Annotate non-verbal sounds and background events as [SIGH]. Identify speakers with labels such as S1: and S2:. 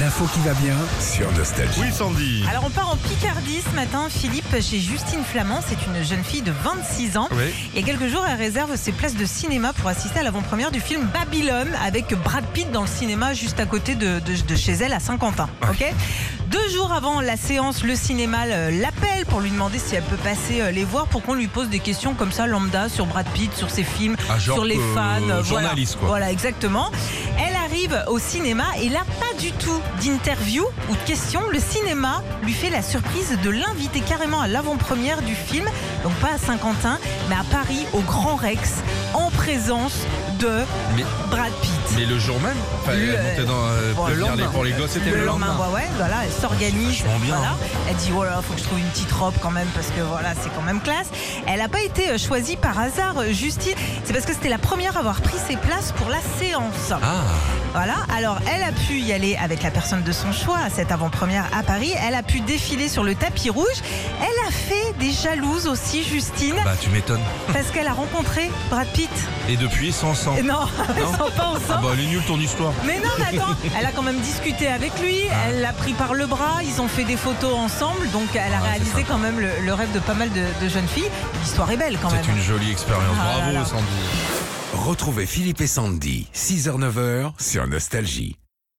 S1: L'info qui va bien
S2: sur Nostalgie.
S3: Oui, Sandy.
S4: Alors on part en Picardie ce matin, Philippe, chez Justine Flamand. C'est une jeune fille de 26 ans.
S3: Oui.
S4: Il y a quelques jours, elle réserve ses places de cinéma pour assister à l'avant-première du film Babylone avec Brad Pitt dans le cinéma juste à côté de, de- de chez elle à Saint-Quentin. Ok. Deux jours avant la séance, le cinéma euh, l'appelle pour lui demander si elle peut passer euh, les voir pour qu'on lui pose des questions comme ça lambda sur Brad Pitt, sur ses films,
S3: Ah, genre,
S4: sur les
S3: euh,
S4: fans. voilà.
S3: journaliste, quoi.
S4: Voilà, exactement. Elle arrive au cinéma et là, pas du tout d'interview ou de questions. Le cinéma lui fait la surprise de l'inviter carrément à l'avant-première du film, donc pas à Saint-Quentin, mais à Paris, au Grand Rex, en présence de
S3: Mais,
S4: Brad Pitt.
S3: mais le jour même,
S4: Le-
S3: fallait monter dans euh,
S4: Bon,
S3: prévenir
S4: le
S3: les
S4: lendemain.
S3: pour les gosses, c'était le,
S4: le
S3: lendemain.
S4: lendemain, ouais, ouais, voilà, elle s'organise.
S3: C'est vachement bien,
S4: Voilà.
S3: hein.
S4: Elle dit voilà, faut que je trouve une petite robe quand même parce que voilà, c'est quand même classe. Elle n'a pas été euh, choisie par hasard, euh, Justine. C'est parce que c'était la première à avoir pris ses places pour la séance.
S3: Ah,
S4: Voilà, alors elle a pu y aller avec la personne de son choix à cette avant-première à Paris. Elle a pu défiler sur le tapis rouge. Elle a fait des jalouses aussi, Justine,
S3: bah tu m'étonnes.
S4: parce qu'elle a rencontré Brad Pitt.
S3: Et depuis, ils sont ensemble.
S4: Non, [LAUGHS] ils
S3: Non.
S4: sont pas
S3: Ah
S4: ensemble.
S3: bah elle est nulle ton histoire.
S4: Mais non, mais attends, elle a quand même discuté avec lui,
S3: Ah.
S4: elle l'a pris par le bras, ils ont fait des photos ensemble, donc elle a
S3: Ah c'est
S4: réalisé
S3: sympa.
S4: quand même le, le rêve de pas mal de, de jeunes filles. L'histoire est belle quand même.
S3: C'est une jolie expérience.
S4: Ah là
S3: Bravo,
S4: là.
S3: Sandy.
S2: Retrouvez Philippe et Sandy, 6h-9h sur Nostalgie.